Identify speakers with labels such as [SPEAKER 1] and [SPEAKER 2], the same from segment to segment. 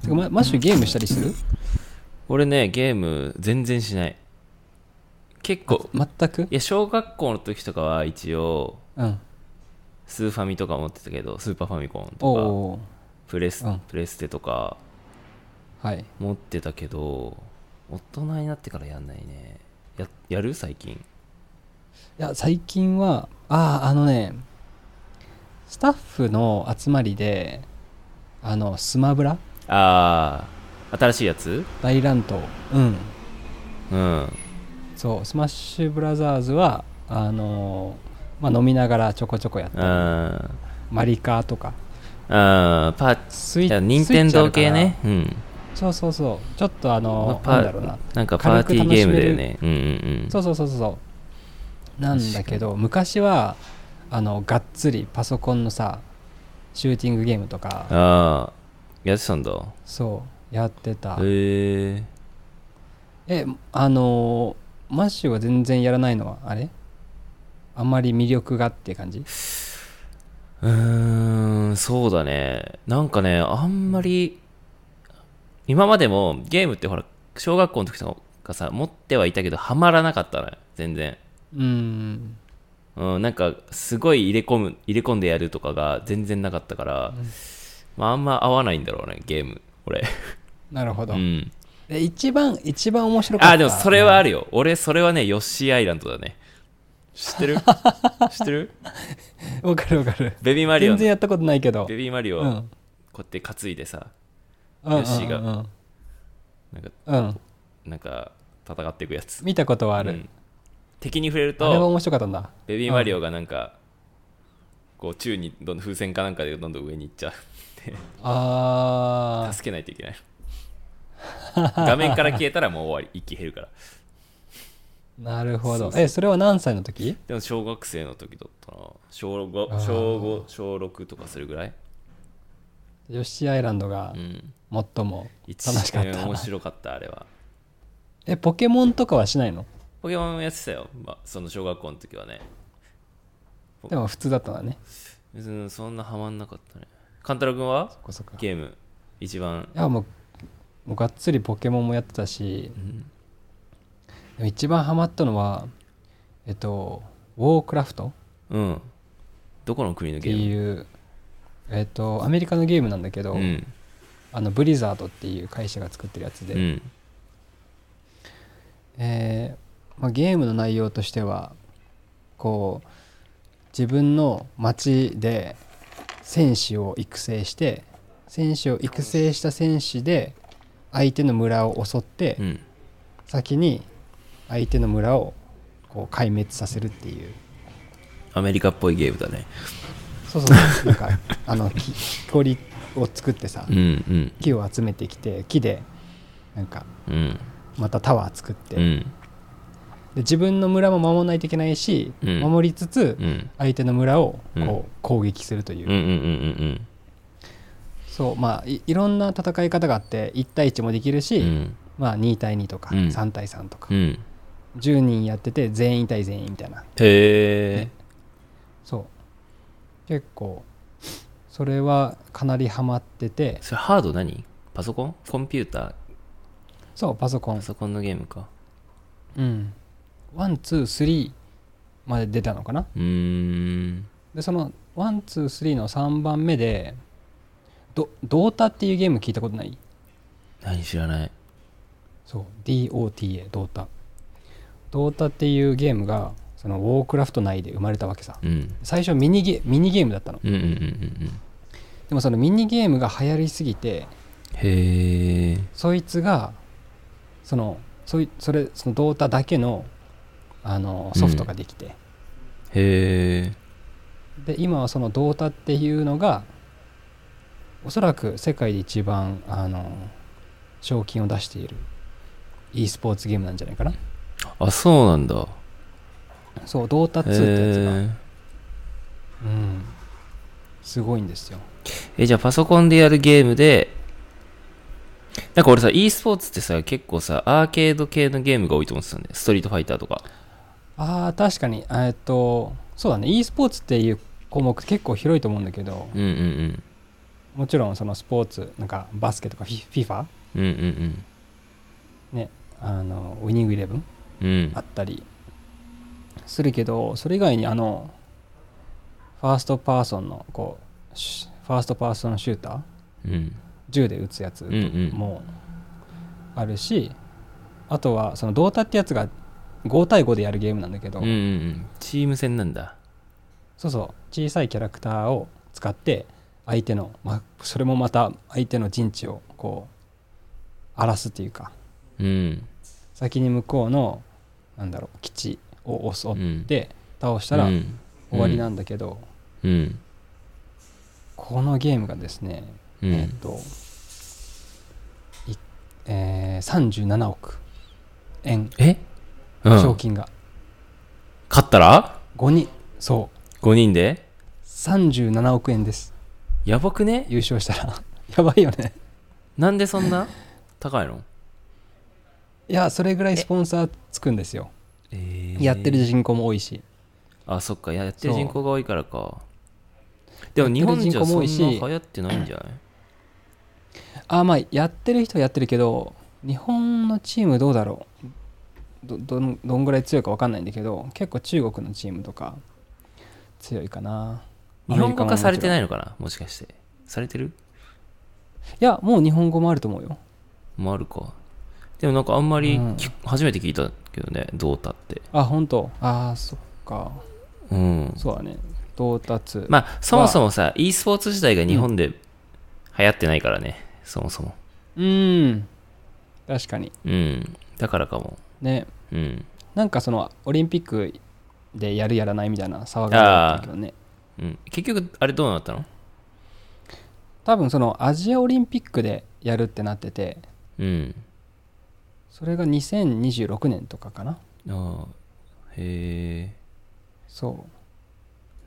[SPEAKER 1] てかママッシュゲームしたりする
[SPEAKER 2] 俺ねゲーム全然しない結構
[SPEAKER 1] 全く
[SPEAKER 2] いや小学校の時とかは一応
[SPEAKER 1] うん
[SPEAKER 2] スーファミとか持ってたけどスーパーファミコン
[SPEAKER 1] お
[SPEAKER 2] とか
[SPEAKER 1] お
[SPEAKER 2] プレス、
[SPEAKER 1] うん
[SPEAKER 2] プレステとか
[SPEAKER 1] ーはい
[SPEAKER 2] 持ってたけど大人になってからやんないねややる最近
[SPEAKER 1] いや最近はあああのねスタッフの集まりであのスマブラ
[SPEAKER 2] ああ新しいやつ
[SPEAKER 1] 大乱闘うん
[SPEAKER 2] うん
[SPEAKER 1] そうスマッシュブラザーズはあのーまあ飲みながらちょこちょこやっ
[SPEAKER 2] う
[SPEAKER 1] たり
[SPEAKER 2] んうん
[SPEAKER 1] マリカーとか
[SPEAKER 2] パー
[SPEAKER 1] スイ
[SPEAKER 2] い
[SPEAKER 1] ッ
[SPEAKER 2] や
[SPEAKER 1] チ
[SPEAKER 2] 任天堂系ねうん
[SPEAKER 1] そうそうそうちょっとあ
[SPEAKER 2] まあ
[SPEAKER 1] のー
[SPEAKER 2] パー
[SPEAKER 1] なんだろうな
[SPEAKER 2] なんかパーティーゲームだよねうんうんうん
[SPEAKER 1] そうそうそうそうそうなんだけど昔はあのがっつりパソコンのさシューティングゲームとか
[SPEAKER 2] ああやってたんだ
[SPEAKER 1] そうやってた
[SPEAKER 2] へ
[SPEAKER 1] え
[SPEAKER 2] え
[SPEAKER 1] あのーマッシュは全然やらないのはあれあんまり魅力がっていう感じ
[SPEAKER 2] うーんそうだねなんかねあんまり今までもゲームってほら小学校の時とかさ持ってはいたけどハマらなかったのよ全然
[SPEAKER 1] うん
[SPEAKER 2] うん、なんかすごい入れ込む入れ込んでやるとかが全然なかったから、まあ、あんま合わないんだろうねゲーム俺
[SPEAKER 1] なるほど、
[SPEAKER 2] うん
[SPEAKER 1] で一番一番面白かった
[SPEAKER 2] あでもそれはあるよ俺それはねヨッシーアイランドだね知ってる知ってる
[SPEAKER 1] わかるわかる
[SPEAKER 2] ベビーマリオ
[SPEAKER 1] 全
[SPEAKER 2] の
[SPEAKER 1] 然やったことないけど
[SPEAKER 2] ベビーマリオ、
[SPEAKER 1] うん
[SPEAKER 2] こうやって担いでさ
[SPEAKER 1] うんうん
[SPEAKER 2] ヨッシーが
[SPEAKER 1] うん
[SPEAKER 2] なんか
[SPEAKER 1] うんうん
[SPEAKER 2] なんか戦っていくやつ
[SPEAKER 1] 見たことはあ
[SPEAKER 2] う
[SPEAKER 1] る
[SPEAKER 2] ん敵に触れる
[SPEAKER 1] あれは
[SPEAKER 2] と
[SPEAKER 1] 面白かったんだ
[SPEAKER 2] ベビーマリオがなんか、こう宙にどんどん風船かなんかでどんどん上に行っちゃって
[SPEAKER 1] あ
[SPEAKER 2] 助けないといけない画面から消えたらもう終わり息減るから
[SPEAKER 1] ーなるほ
[SPEAKER 2] そ
[SPEAKER 1] ど
[SPEAKER 2] うそう
[SPEAKER 1] えそれは何歳の時
[SPEAKER 2] でも小学生の時だったな小
[SPEAKER 1] あ
[SPEAKER 2] 5
[SPEAKER 1] ー
[SPEAKER 2] 小五小6とかするぐらい
[SPEAKER 1] ヨッシーアイランドが
[SPEAKER 2] うん
[SPEAKER 1] 最も楽
[SPEAKER 2] 一
[SPEAKER 1] しかっ
[SPEAKER 2] 番面
[SPEAKER 1] た
[SPEAKER 2] 白かったあれは
[SPEAKER 1] えポケモンとかはしないの
[SPEAKER 2] ポケモンやってたよ、まあ、その小学校の時はね
[SPEAKER 1] でも普通だったんだね
[SPEAKER 2] 別にそんなハマんなかったね勘太郎君は
[SPEAKER 1] そこそこい
[SPEAKER 2] ゲーム一番
[SPEAKER 1] やもうもうがっつりポケモンもやってたし
[SPEAKER 2] うん
[SPEAKER 1] でも一番ハマったのはえっとウォークラフト
[SPEAKER 2] うんどこの国の
[SPEAKER 1] って
[SPEAKER 2] ゲーム
[SPEAKER 1] いうえっとアメリカのゲームなんだけど、
[SPEAKER 2] うん
[SPEAKER 1] あのブリザードっていう会社が作ってるやつで、
[SPEAKER 2] うん
[SPEAKER 1] えーまあ、ゲームの内容としてはこう自分の町で戦士を育成して戦士を育成した戦士で相手の村を襲って、
[SPEAKER 2] うん
[SPEAKER 1] 先に相手の村をこう壊滅させるっていう
[SPEAKER 2] アメリカっぽいゲームだね
[SPEAKER 1] そうそう そうなんかあの木木こりを作ってさ、
[SPEAKER 2] うん
[SPEAKER 1] 木を集めてきて木でなんか
[SPEAKER 2] うんうん
[SPEAKER 1] またタワー作って、
[SPEAKER 2] う
[SPEAKER 1] で
[SPEAKER 2] ん
[SPEAKER 1] 自分の村も守らないといけないし、
[SPEAKER 2] うん
[SPEAKER 1] 守りつつ
[SPEAKER 2] うん
[SPEAKER 1] 相手の村を
[SPEAKER 2] うん
[SPEAKER 1] こう攻撃するという、
[SPEAKER 2] うんうんうん
[SPEAKER 1] そうまあいいろんな戦い方があって1対1もできるし、
[SPEAKER 2] うんうん
[SPEAKER 1] まあ、2対2とか
[SPEAKER 2] うん
[SPEAKER 1] 3対3とか、
[SPEAKER 2] うん
[SPEAKER 1] 10人やってて全員対全員みたいな
[SPEAKER 2] へえ
[SPEAKER 1] そう結構それはかなりハマってて
[SPEAKER 2] それハード何パソコンコンピューター
[SPEAKER 1] そうパソコン
[SPEAKER 2] パソコンのゲームか
[SPEAKER 1] うんワンツースリーまで出たのかな
[SPEAKER 2] うーん
[SPEAKER 1] でそのワンツースリーの3番目でド「ドータ」っていうゲーム聞いたことない
[SPEAKER 2] 何知らない
[SPEAKER 1] そう DOTA ドータドータっていうゲームがそのウォークラフト内で生まれたわけさ
[SPEAKER 2] うん
[SPEAKER 1] 最初ミニゲミニゲームだったの
[SPEAKER 2] うんうんうんうん
[SPEAKER 1] でもそのミニゲームが流行りすぎて
[SPEAKER 2] へえ
[SPEAKER 1] そいつがそのそいそれそのドータだけのあのソフトができて、
[SPEAKER 2] へえ
[SPEAKER 1] で今はそのドータっていうのがおそらく世界で一番あの賞金を出している e スポーツゲームなんじゃないかな
[SPEAKER 2] あそうなんだ
[SPEAKER 1] そうドータ2
[SPEAKER 2] へ
[SPEAKER 1] ってやつが、
[SPEAKER 2] ー
[SPEAKER 1] うんすごいんですよ
[SPEAKER 2] えじゃあパソコンでやるゲームでなんか俺さ e スポーツってさ結構さアーケード系のゲームが多いと思ってたんでストリートファイターとか
[SPEAKER 1] あー確かにえっとそうだね e スポーツっていう項目結構広いと思うんだけど
[SPEAKER 2] うんうんうん
[SPEAKER 1] もちろんそのスポーツなんかバスケとかフィ FIFA
[SPEAKER 2] うんうん
[SPEAKER 1] ねあのウイニングイレブン
[SPEAKER 2] うんうん
[SPEAKER 1] あったりするけどそれ以外にあのファーストパーソンのこうシュファーストパーソンシューター
[SPEAKER 2] うん
[SPEAKER 1] 銃で撃つやつ
[SPEAKER 2] うんうん
[SPEAKER 1] もあるしあとはその胴体ってやつが5対5でやるゲームなんだけど、
[SPEAKER 2] うんうんうんチーム戦なんだ
[SPEAKER 1] そうそう小さいキャラクターを使って相手の、まあ、それもまた相手の陣地をこう荒らすというか
[SPEAKER 2] うん
[SPEAKER 1] 先に向こうのなんだろう基地を襲って倒したら
[SPEAKER 2] う
[SPEAKER 1] 終
[SPEAKER 2] ん
[SPEAKER 1] わりなんだけど、
[SPEAKER 2] うん
[SPEAKER 1] このゲームがですね、
[SPEAKER 2] うん
[SPEAKER 1] えっ、と、いえー37億円
[SPEAKER 2] えうん
[SPEAKER 1] 賞金が
[SPEAKER 2] 勝ったら
[SPEAKER 1] 5人、そう
[SPEAKER 2] 5人で
[SPEAKER 1] 37億円です
[SPEAKER 2] やばくね
[SPEAKER 1] 優勝したら やばいよね
[SPEAKER 2] なんでそんな高いの
[SPEAKER 1] いやそれぐらいスポンサーつくんですよ
[SPEAKER 2] えー
[SPEAKER 1] やってる人口も多いし
[SPEAKER 2] あそっかややってる人口が多いからかでも日本じ
[SPEAKER 1] やってる人
[SPEAKER 2] ゃ
[SPEAKER 1] 口も
[SPEAKER 2] そん
[SPEAKER 1] 多
[SPEAKER 2] ない
[SPEAKER 1] し
[SPEAKER 2] 流行ってないんじゃない
[SPEAKER 1] あーまあやってる人はやってるけど日本のチームどうだろうどどんどんぐらい強いか分かんないんだけど結構中国のチームとか強いかな
[SPEAKER 2] 日本語化されてないいのかなもしかしてされてる
[SPEAKER 1] いやもう日本語もあると思うよ
[SPEAKER 2] もあるかでもなんかあんまり
[SPEAKER 1] うん
[SPEAKER 2] き、初めて聞いたけどねドータって
[SPEAKER 1] あ本当あーそっか
[SPEAKER 2] うん
[SPEAKER 1] そうだね到達、
[SPEAKER 2] まあそもそもさ e スポーツ自体が日本で流行ってないからね、そもそも
[SPEAKER 1] うん確かに
[SPEAKER 2] うんだからかも
[SPEAKER 1] ね
[SPEAKER 2] うん
[SPEAKER 1] なんかそのオリンピックでやるやらないみたいな騒がれだったけどね
[SPEAKER 2] うん、結局あれどうなったの
[SPEAKER 1] 多分そのアジアオリンピックでやるってなってて
[SPEAKER 2] うん
[SPEAKER 1] それが2026年とかかな
[SPEAKER 2] ああへ
[SPEAKER 1] そ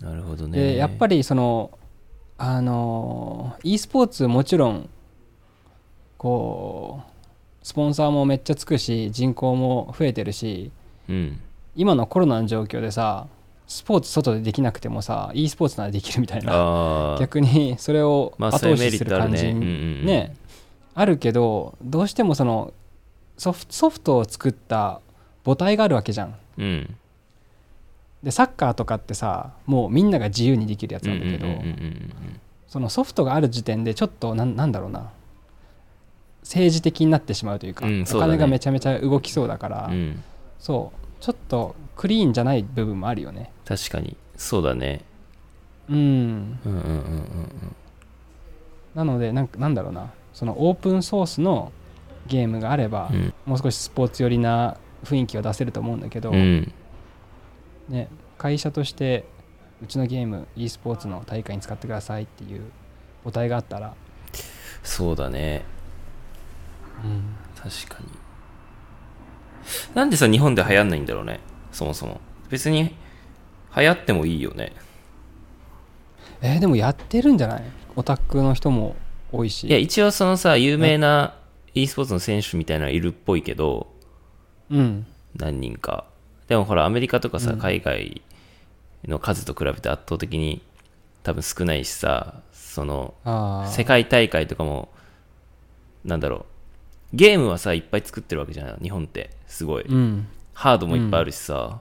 [SPEAKER 2] えなるほど
[SPEAKER 1] う
[SPEAKER 2] ね
[SPEAKER 1] でやっぱ
[SPEAKER 2] り
[SPEAKER 1] りそのあのー e スポーツもちろんこうスポンサーもめっちゃつくし人口も増えてるし
[SPEAKER 2] うん
[SPEAKER 1] 今のコロナの状況でさスポーツ外でできなくてもさ e スポーツならできるみたいな
[SPEAKER 2] ああ
[SPEAKER 1] 逆にそれを
[SPEAKER 2] まあ
[SPEAKER 1] 後押
[SPEAKER 2] そういうメ
[SPEAKER 1] し
[SPEAKER 2] リ
[SPEAKER 1] す
[SPEAKER 2] ッ
[SPEAKER 1] る
[SPEAKER 2] トある
[SPEAKER 1] 感
[SPEAKER 2] ね
[SPEAKER 1] じ
[SPEAKER 2] うんうんう
[SPEAKER 1] に
[SPEAKER 2] ん
[SPEAKER 1] ねあるけどどうしてもそのソフソフトを作った母体があるわけじゃん
[SPEAKER 2] うん
[SPEAKER 1] でサッカーとかってさもうみんなが自由にできるやつ
[SPEAKER 2] うんう
[SPEAKER 1] なん
[SPEAKER 2] ん
[SPEAKER 1] だ
[SPEAKER 2] う
[SPEAKER 1] け
[SPEAKER 2] ん
[SPEAKER 1] ど、
[SPEAKER 2] うんうん
[SPEAKER 1] そのソフトがある時点でちょっとなんなんだろうな政治的になってしまうというか、
[SPEAKER 2] うんそ
[SPEAKER 1] お
[SPEAKER 2] うだね
[SPEAKER 1] 金がめちゃめちゃ動きそうだから、
[SPEAKER 2] うん
[SPEAKER 1] そうちょっとクリーンじゃない部分もあるよね
[SPEAKER 2] 確かにそうだね
[SPEAKER 1] うん
[SPEAKER 2] うんうんうんうん
[SPEAKER 1] なのでなんかなんだろうなそのオープンソースのゲームがあれば、
[SPEAKER 2] うん
[SPEAKER 1] もう少しスポーツ寄りな雰囲気を出せると思うんだけど、
[SPEAKER 2] うん
[SPEAKER 1] ね、会社としてうちのゲーム e スポーツの大会に使ってくださいっていうお題があったら、
[SPEAKER 2] そうだね
[SPEAKER 1] うん
[SPEAKER 2] 確かになんでさ日本で流行んないんだろうねそもそも別に流行ってもいいよね
[SPEAKER 1] えーでもやってるんじゃないオタクの人も多いし
[SPEAKER 2] いや一応そのさ有名な e スポーツの選手みたいなのいるっぽいけど
[SPEAKER 1] うん
[SPEAKER 2] 何人かでもほらアメリカとかさ、海外の数と比べて圧倒的に多分少ないしさその
[SPEAKER 1] ああ
[SPEAKER 2] 世界大会とかもなんだろうゲームはさいっぱい作ってるわけじゃない日本ってすごい、
[SPEAKER 1] うん
[SPEAKER 2] ハードもいっぱいあるしさ、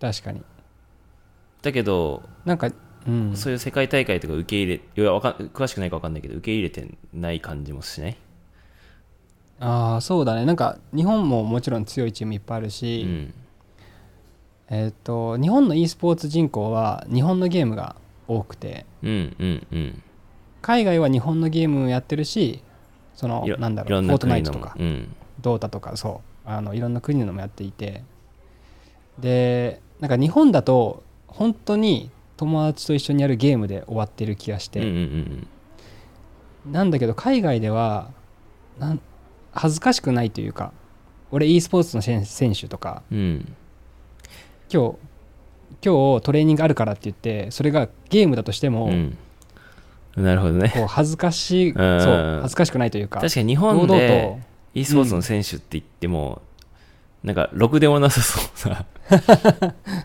[SPEAKER 1] 確かに
[SPEAKER 2] だけど
[SPEAKER 1] なんかうん
[SPEAKER 2] そういう世界大会とか受け入れ、いやわかん詳しくないか分かんないけど、受け入れてない感じもしない
[SPEAKER 1] ああそうだねなんか日本ももちろん強いチームいっぱいある
[SPEAKER 2] う
[SPEAKER 1] し、
[SPEAKER 2] ん。
[SPEAKER 1] えっ、と日本の e スポーツ人口は日本のゲームが多くて
[SPEAKER 2] うんうんうん。
[SPEAKER 1] 海外は日本のゲームをやってるしその
[SPEAKER 2] いろ
[SPEAKER 1] なんだ
[SPEAKER 2] い
[SPEAKER 1] ろ
[SPEAKER 2] ろ
[SPEAKER 1] うんフォー
[SPEAKER 2] な
[SPEAKER 1] トナ
[SPEAKER 2] 国
[SPEAKER 1] イトと
[SPEAKER 2] のも
[SPEAKER 1] か
[SPEAKER 2] うん。
[SPEAKER 1] ドータとかそうあのいろんな国のもやっていてでなんか日本だと本当に友達と一緒にやるゲームで終わってる気がし
[SPEAKER 2] うんうん
[SPEAKER 1] て、なんだけど海外ではなん恥ずかしくないというか俺 e スポーツの選選手とか
[SPEAKER 2] うんうん。うん。
[SPEAKER 1] 今日今日トレーニングあるからって言ってそれがゲームだとしても、
[SPEAKER 2] うんなるほどね。
[SPEAKER 1] こう恥ずかしい
[SPEAKER 2] うん
[SPEAKER 1] そう恥ずかしくないというか
[SPEAKER 2] 確かに日
[SPEAKER 1] 堂
[SPEAKER 2] 本
[SPEAKER 1] 々
[SPEAKER 2] で
[SPEAKER 1] と
[SPEAKER 2] e スポーツの選手って言っても、なんか、ろくでもなさそうな。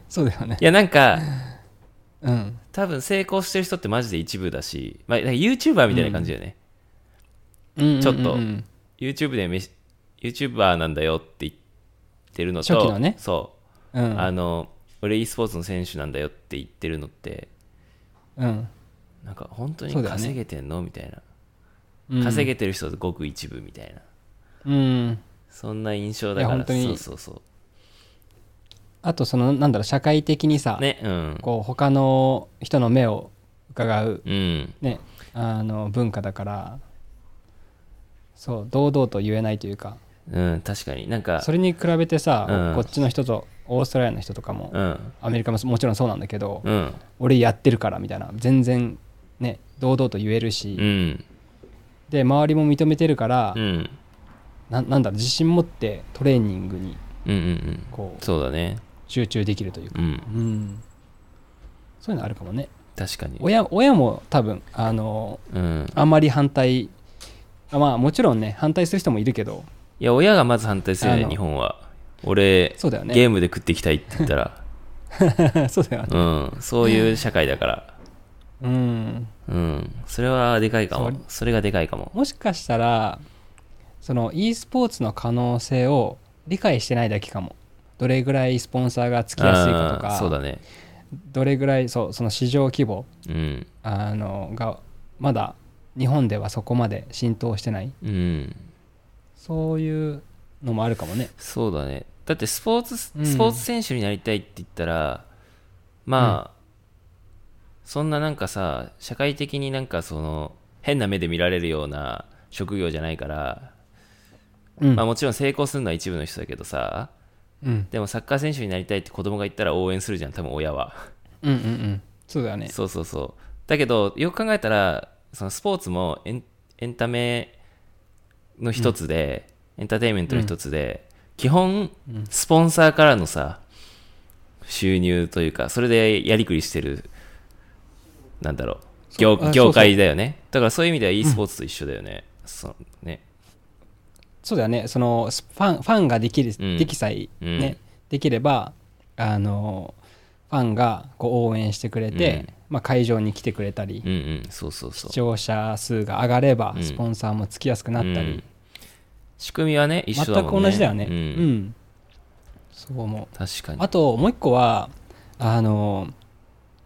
[SPEAKER 1] そうだよね
[SPEAKER 2] いや、なんか、
[SPEAKER 1] うん
[SPEAKER 2] 多分成功してる人ってマジで一部だし、まあ、だから YouTuber みたいな感じだよね、
[SPEAKER 1] うん
[SPEAKER 2] ちょっと
[SPEAKER 1] うん
[SPEAKER 2] YouTube でめし YouTuber なんだよって言ってるのと
[SPEAKER 1] 初期のね
[SPEAKER 2] そう、
[SPEAKER 1] うんうん
[SPEAKER 2] あの俺 e スポーツの選手なんだよって言ってるのって
[SPEAKER 1] うん
[SPEAKER 2] なんか本当に
[SPEAKER 1] そうだよね
[SPEAKER 2] 稼げてんの、みたいな
[SPEAKER 1] うん
[SPEAKER 2] 稼げてる人ごく一部みたいな
[SPEAKER 1] うん
[SPEAKER 2] そんな印象だか
[SPEAKER 1] いや
[SPEAKER 2] ら
[SPEAKER 1] 本当に
[SPEAKER 2] そうそうそ
[SPEAKER 1] あとそのなんだろう社会的にさ、
[SPEAKER 2] うねうん
[SPEAKER 1] こう他の人の目を伺う
[SPEAKER 2] うん
[SPEAKER 1] ねあの文化だからそう堂々と言えないというか
[SPEAKER 2] うん確かになんか
[SPEAKER 1] それに比べてさ、
[SPEAKER 2] うん
[SPEAKER 1] こっちの人とオーストラリアの人とかも、
[SPEAKER 2] うん
[SPEAKER 1] アメリカももちろんそうなんだけど、
[SPEAKER 2] うん
[SPEAKER 1] 俺やってるからみたいな全然ね堂々と言えるし、
[SPEAKER 2] うん
[SPEAKER 1] で周りも認めてるから、
[SPEAKER 2] うんうん
[SPEAKER 1] ななんだろう自信持ってトレーニングに
[SPEAKER 2] うんうん
[SPEAKER 1] こう
[SPEAKER 2] そうだね
[SPEAKER 1] 集中できるというか、
[SPEAKER 2] うん
[SPEAKER 1] うんそういうのあるかもね
[SPEAKER 2] 確かに
[SPEAKER 1] 親親も多分あの
[SPEAKER 2] うん
[SPEAKER 1] あんまり反対あまあもちろんね反対する人もいるけど
[SPEAKER 2] いや親がまず反対するよ
[SPEAKER 1] あ
[SPEAKER 2] ね
[SPEAKER 1] の
[SPEAKER 2] 日本は俺
[SPEAKER 1] そうだよね
[SPEAKER 2] ゲームで食っていきたいって言っ たら
[SPEAKER 1] そうだよね
[SPEAKER 2] うんそういう社会だから
[SPEAKER 1] うん
[SPEAKER 2] うんそれはでかいかも
[SPEAKER 1] そう
[SPEAKER 2] それがでかいかも
[SPEAKER 1] もしかしたらその e スポーツの可能性を理解してないだけかもどれぐらいスポンサーがつきやすいかと
[SPEAKER 2] あ
[SPEAKER 1] か
[SPEAKER 2] ーそうだね
[SPEAKER 1] どれぐらいそうその市場規模
[SPEAKER 2] うん
[SPEAKER 1] あのがまだ日本ではそこまで浸透してない
[SPEAKER 2] うん
[SPEAKER 1] そういうのもあるかもね
[SPEAKER 2] そうだねだってスポーツス
[SPEAKER 1] うん
[SPEAKER 2] ポーツ選手になりたいって言ったら、まあ、そんななんかさ社会的になんかその変な目で見られるような職業じゃないから、
[SPEAKER 1] うん、
[SPEAKER 2] まあ、もちろん成功するのは一部の人だけどさ
[SPEAKER 1] うん、
[SPEAKER 2] でもサッカー選手になりたいって子供が言ったら応援するじゃん多分親は
[SPEAKER 1] うんうんうんそうだよね
[SPEAKER 2] そうそうそうだけどよく考えたらそのスポーツもエンエンタメの一つで、エンターテインメントの一つで、基本
[SPEAKER 1] うん
[SPEAKER 2] スポンサーからのさ収入というかそれでやりくりしてるなんだろう業
[SPEAKER 1] そうあ
[SPEAKER 2] 業
[SPEAKER 1] そう
[SPEAKER 2] 界だよねだからそういう意味では e スポーツと一緒だよね、そのね
[SPEAKER 1] そうだよねそのスファンファンができる、
[SPEAKER 2] うん
[SPEAKER 1] できさえ、
[SPEAKER 2] うん
[SPEAKER 1] ねできればあのファンがこう応援してくれて、
[SPEAKER 2] うん
[SPEAKER 1] まあ、会場に来てくれたり、
[SPEAKER 2] うんうんそうそうそ
[SPEAKER 1] 視
[SPEAKER 2] う
[SPEAKER 1] 聴者数が上がれば
[SPEAKER 2] うん
[SPEAKER 1] スポンサーもつきやすくなったり、
[SPEAKER 2] うん仕組みはね一
[SPEAKER 1] 全
[SPEAKER 2] 緒だもんね
[SPEAKER 1] く同じだよねう
[SPEAKER 2] う
[SPEAKER 1] んん、そう思
[SPEAKER 2] 確か
[SPEAKER 1] う
[SPEAKER 2] に
[SPEAKER 1] あともう一個はあの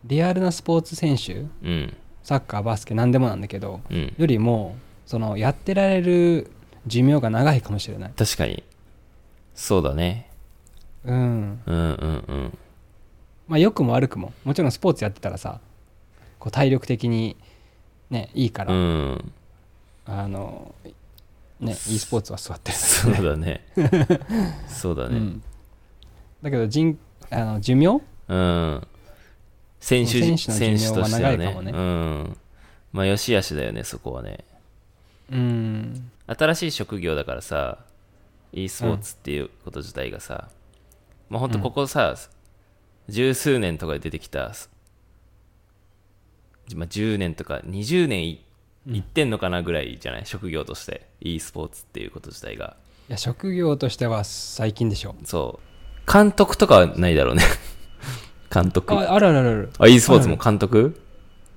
[SPEAKER 1] リアルなスポーツ選手
[SPEAKER 2] うん
[SPEAKER 1] サッカーバスケ何でもなんだけど
[SPEAKER 2] うん
[SPEAKER 1] よりもそのやってられる寿命が長いかもしれない
[SPEAKER 2] 確かにそうだね
[SPEAKER 1] うん
[SPEAKER 2] うんうん
[SPEAKER 1] まあ良くも悪くももちろんスポーツやってたらさこう体力的にねいいか
[SPEAKER 2] う
[SPEAKER 1] ら、
[SPEAKER 2] んうん
[SPEAKER 1] あのね e スポーツは座ってる
[SPEAKER 2] そう だねそうだ
[SPEAKER 1] う
[SPEAKER 2] ね
[SPEAKER 1] ん、だけど人あの寿命
[SPEAKER 2] うん選手
[SPEAKER 1] そう選
[SPEAKER 2] 選
[SPEAKER 1] 手
[SPEAKER 2] 手
[SPEAKER 1] の寿命
[SPEAKER 2] としては
[SPEAKER 1] は長いか
[SPEAKER 2] ね
[SPEAKER 1] もね
[SPEAKER 2] うんまあよし悪しだよねそこはね
[SPEAKER 1] うん
[SPEAKER 2] 新しい職業だからさ e スポーツっていうこと自体がさ、まあほんとここさ、十数年とかで出てきた、まあ、10年とか20年い,、ってんのかなぐらいじゃない職業として e スポーツっていうこと自体が
[SPEAKER 1] いや職業としては最近でしょ
[SPEAKER 2] そう監督とかはないだろうね 監督あ
[SPEAKER 1] ああるあるあるある
[SPEAKER 2] e スポーツも監督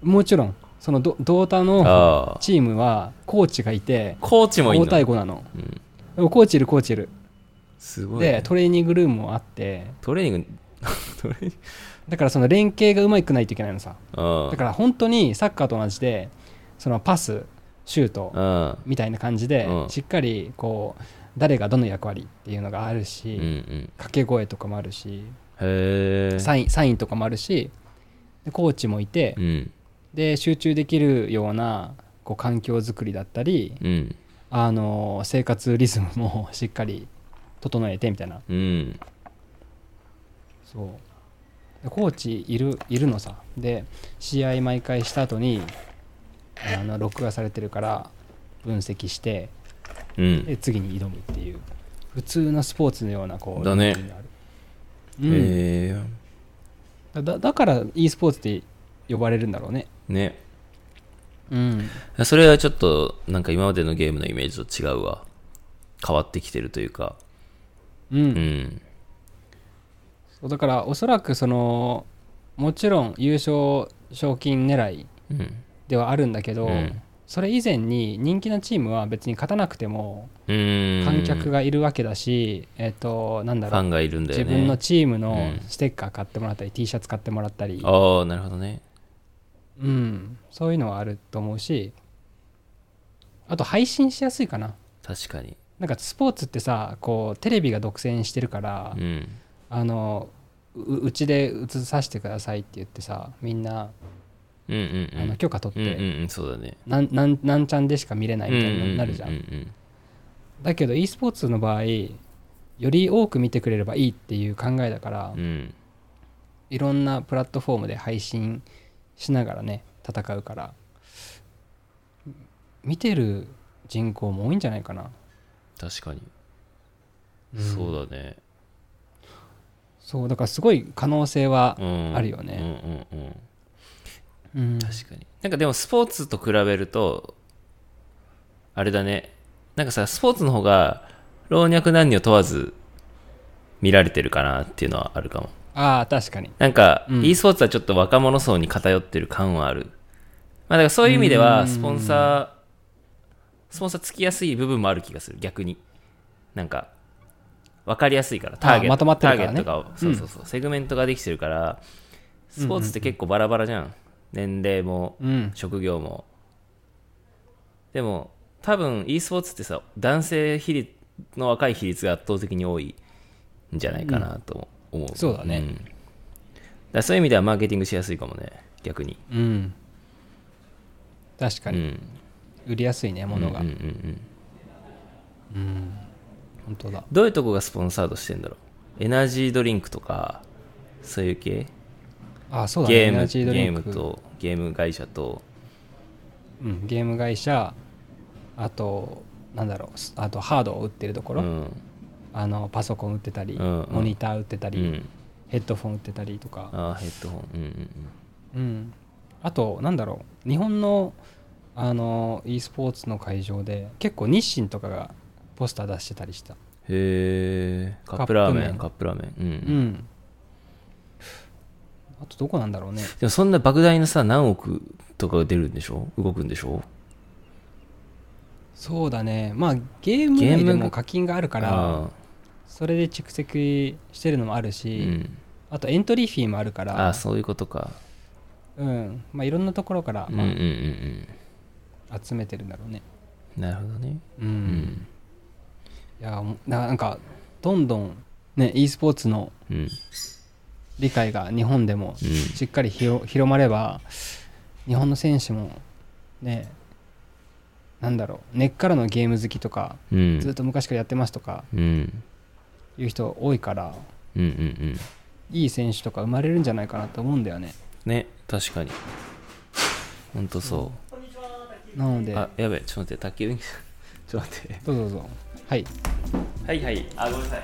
[SPEAKER 1] もちろんそのドドータの
[SPEAKER 2] ああ
[SPEAKER 1] チームはコーチがいて
[SPEAKER 2] コーチもいい
[SPEAKER 1] 5
[SPEAKER 2] んだ
[SPEAKER 1] 対5なの
[SPEAKER 2] うん
[SPEAKER 1] でもコーチいるコーチいる
[SPEAKER 2] すごい
[SPEAKER 1] で
[SPEAKER 2] ね
[SPEAKER 1] トレーニングルームもあって
[SPEAKER 2] トレーニングトレーニング
[SPEAKER 1] だからその連携がうまくないといけないのさ
[SPEAKER 2] うん
[SPEAKER 1] だから本当にサッカーと同じでそのパスシュート
[SPEAKER 2] うん
[SPEAKER 1] みたいな感じで
[SPEAKER 2] うん
[SPEAKER 1] しっかりこう誰がどの役割っていうのがある
[SPEAKER 2] う
[SPEAKER 1] し
[SPEAKER 2] んうん
[SPEAKER 1] 掛け声とかもあるし
[SPEAKER 2] へえ
[SPEAKER 1] サインサインとかもあるしでコーチもいて
[SPEAKER 2] うん
[SPEAKER 1] で集中できるようなこう環境づくりだったり
[SPEAKER 2] うん
[SPEAKER 1] あの生活リズムもしっかり整えてみたいな
[SPEAKER 2] うん
[SPEAKER 1] そうでコーチいるいるのさで試合毎回した後にあの録画されてるから分析して
[SPEAKER 2] うん
[SPEAKER 1] で次に挑むっていう普通のスポーツのようなこう
[SPEAKER 2] だね
[SPEAKER 1] ルーティンがあるうん
[SPEAKER 2] へえ
[SPEAKER 1] だだから e スポーツって呼ばれるんだろうね
[SPEAKER 2] ね
[SPEAKER 1] うん
[SPEAKER 2] それはちょっとなんか今までのゲームのイメージと違うわ変わってきてるというか
[SPEAKER 1] うん
[SPEAKER 2] うん
[SPEAKER 1] そうだからおそらくそのもちろん優勝賞金狙い
[SPEAKER 2] うん。
[SPEAKER 1] ではあるんだけど、
[SPEAKER 2] うん
[SPEAKER 1] それ以前に人気なチームは別に勝たなくても
[SPEAKER 2] うーん。
[SPEAKER 1] 観客がいるわけだし、えっ、となんだ
[SPEAKER 2] フ
[SPEAKER 1] ろ
[SPEAKER 2] ァ
[SPEAKER 1] う、
[SPEAKER 2] ンがいるんだよね。
[SPEAKER 1] 自分のチームの
[SPEAKER 2] うん
[SPEAKER 1] ステッカー買ってもらったり、T シャツ買ってもらったり、
[SPEAKER 2] ああ、なるほどね。
[SPEAKER 1] うん、そういうのはあると思うしあと配信しやすいかな
[SPEAKER 2] 確かに。
[SPEAKER 1] なんかスポーツってさこうテレビが独占してるから、
[SPEAKER 2] うん。
[SPEAKER 1] あのううちで映させてくださいって言ってさみんな
[SPEAKER 2] うんうんうん。
[SPEAKER 1] あの許可取
[SPEAKER 2] う
[SPEAKER 1] っ
[SPEAKER 2] んう
[SPEAKER 1] て、
[SPEAKER 2] んうん、そうだね。
[SPEAKER 1] なんなんなんちゃんでしか見れないみたい
[SPEAKER 2] うんうんうんう
[SPEAKER 1] に
[SPEAKER 2] ん
[SPEAKER 1] なるじゃん,、
[SPEAKER 2] うんうん
[SPEAKER 1] だけど e スポーツの場合より多く見てくれればいいっていう考えだから、
[SPEAKER 2] うん。
[SPEAKER 1] いろんなプラットフォームで配信しながらね戦うから見てる人口も多いんじゃないかな、
[SPEAKER 2] 確かに。
[SPEAKER 1] うん
[SPEAKER 2] そうだね。
[SPEAKER 1] そうだからすごい可能性は
[SPEAKER 2] うん。
[SPEAKER 1] あるよね、
[SPEAKER 2] うんうんう
[SPEAKER 1] う
[SPEAKER 2] ん。
[SPEAKER 1] ん
[SPEAKER 2] 確かに。なんかでもスポーツと比べると、あれだね。なんかさ、スポーツの方が老若男女問わず見られてるかなっていうのはあるかも。
[SPEAKER 1] ああ確かに
[SPEAKER 2] なんか、
[SPEAKER 1] うん
[SPEAKER 2] e スポーツはちょっと若者層に偏ってる感はある。まあだからそういう意味で
[SPEAKER 1] う
[SPEAKER 2] は、
[SPEAKER 1] ん
[SPEAKER 2] スポンサー、スポンサーつきやすい部分もある気がする、逆に。なんか、わかりやすいから、ターゲット、
[SPEAKER 1] まとまってるから
[SPEAKER 2] ター
[SPEAKER 1] ね
[SPEAKER 2] ゲットが、そうそうそう、セグメントができてるから、スポーツって結構バラバラじゃん。年齢も、
[SPEAKER 1] うん
[SPEAKER 2] 職業も。でも、多分 e スポーツってさ、男性比率の若い比率が圧倒的に多いんじゃないかなと思う。
[SPEAKER 1] そうだね
[SPEAKER 2] んだからそういう意味ではマーケティングしやすいかもね、逆に。
[SPEAKER 1] うん確か
[SPEAKER 2] う
[SPEAKER 1] に、
[SPEAKER 2] ん。
[SPEAKER 1] 売りやすいねものが、
[SPEAKER 2] うんうんうん。
[SPEAKER 1] 本当だ
[SPEAKER 2] どういうとこがスポンサードしてんだろうエナジードリンクとか、そういう系
[SPEAKER 1] ああそうだね
[SPEAKER 2] ゲー
[SPEAKER 1] エナ
[SPEAKER 2] ム、
[SPEAKER 1] ジード
[SPEAKER 2] ゲ
[SPEAKER 1] リ
[SPEAKER 2] ー
[SPEAKER 1] ン
[SPEAKER 2] ム
[SPEAKER 1] ク
[SPEAKER 2] と、ゲーム会社と、
[SPEAKER 1] うん、ゲーム会社あとなんだろうすあとハードを売ってるとこ
[SPEAKER 2] う
[SPEAKER 1] ろ、
[SPEAKER 2] ん。
[SPEAKER 1] あのパソコン売ってたり、
[SPEAKER 2] うんうん
[SPEAKER 1] モニター売ってた
[SPEAKER 2] う
[SPEAKER 1] り、
[SPEAKER 2] ん。
[SPEAKER 1] ヘッドフォン売ってたりとか、
[SPEAKER 2] ああ、ヘッドホン。うんうんうん。
[SPEAKER 1] うん、あとなんだろう日本のあの e スポーツの会場で結構日清とかがポスター出してたりした、
[SPEAKER 2] へえ、カップラーメン、カ
[SPEAKER 1] カ
[SPEAKER 2] ップラーメン。うん
[SPEAKER 1] う。ん、あとどこなんだろうね
[SPEAKER 2] でもそんな莫大なさ、何億とかが出るんでしょ動くんでしょ
[SPEAKER 1] そうだねまあゲーム内で
[SPEAKER 2] ゲームが
[SPEAKER 1] も課金があるから
[SPEAKER 2] あ
[SPEAKER 1] それで蓄積してるのもある
[SPEAKER 2] ー、う
[SPEAKER 1] し、
[SPEAKER 2] ん、
[SPEAKER 1] あとエントリーフィーもあるか
[SPEAKER 2] あー
[SPEAKER 1] ら
[SPEAKER 2] そういうことか。
[SPEAKER 1] うんまあいろんなところから、
[SPEAKER 2] うんうん
[SPEAKER 1] ま
[SPEAKER 2] うん
[SPEAKER 1] あ、集めてるんだろうね
[SPEAKER 2] うん。なるほどね。
[SPEAKER 1] うん、
[SPEAKER 2] うん。
[SPEAKER 1] いやもうななんかどんどんね e スポーツの
[SPEAKER 2] うん。うん。
[SPEAKER 1] 理解が日本でもしっかり広広まれば日本の選手もねなんだろう根っからのゲーム好きとか
[SPEAKER 2] うん。
[SPEAKER 1] ずっと昔からやってますとか
[SPEAKER 2] うん。うん
[SPEAKER 1] いう人多いから
[SPEAKER 2] うんうん。
[SPEAKER 1] いい選手とか生まれるんじゃないかなと思うんだよね
[SPEAKER 2] ね、確かに。ほんとそ
[SPEAKER 1] なので
[SPEAKER 2] う。あ、やべえ、ちょっと待って、 卓球ちょっと待って。
[SPEAKER 1] どうぞどうぞはい
[SPEAKER 2] はいはい。あ、ごめんなさい。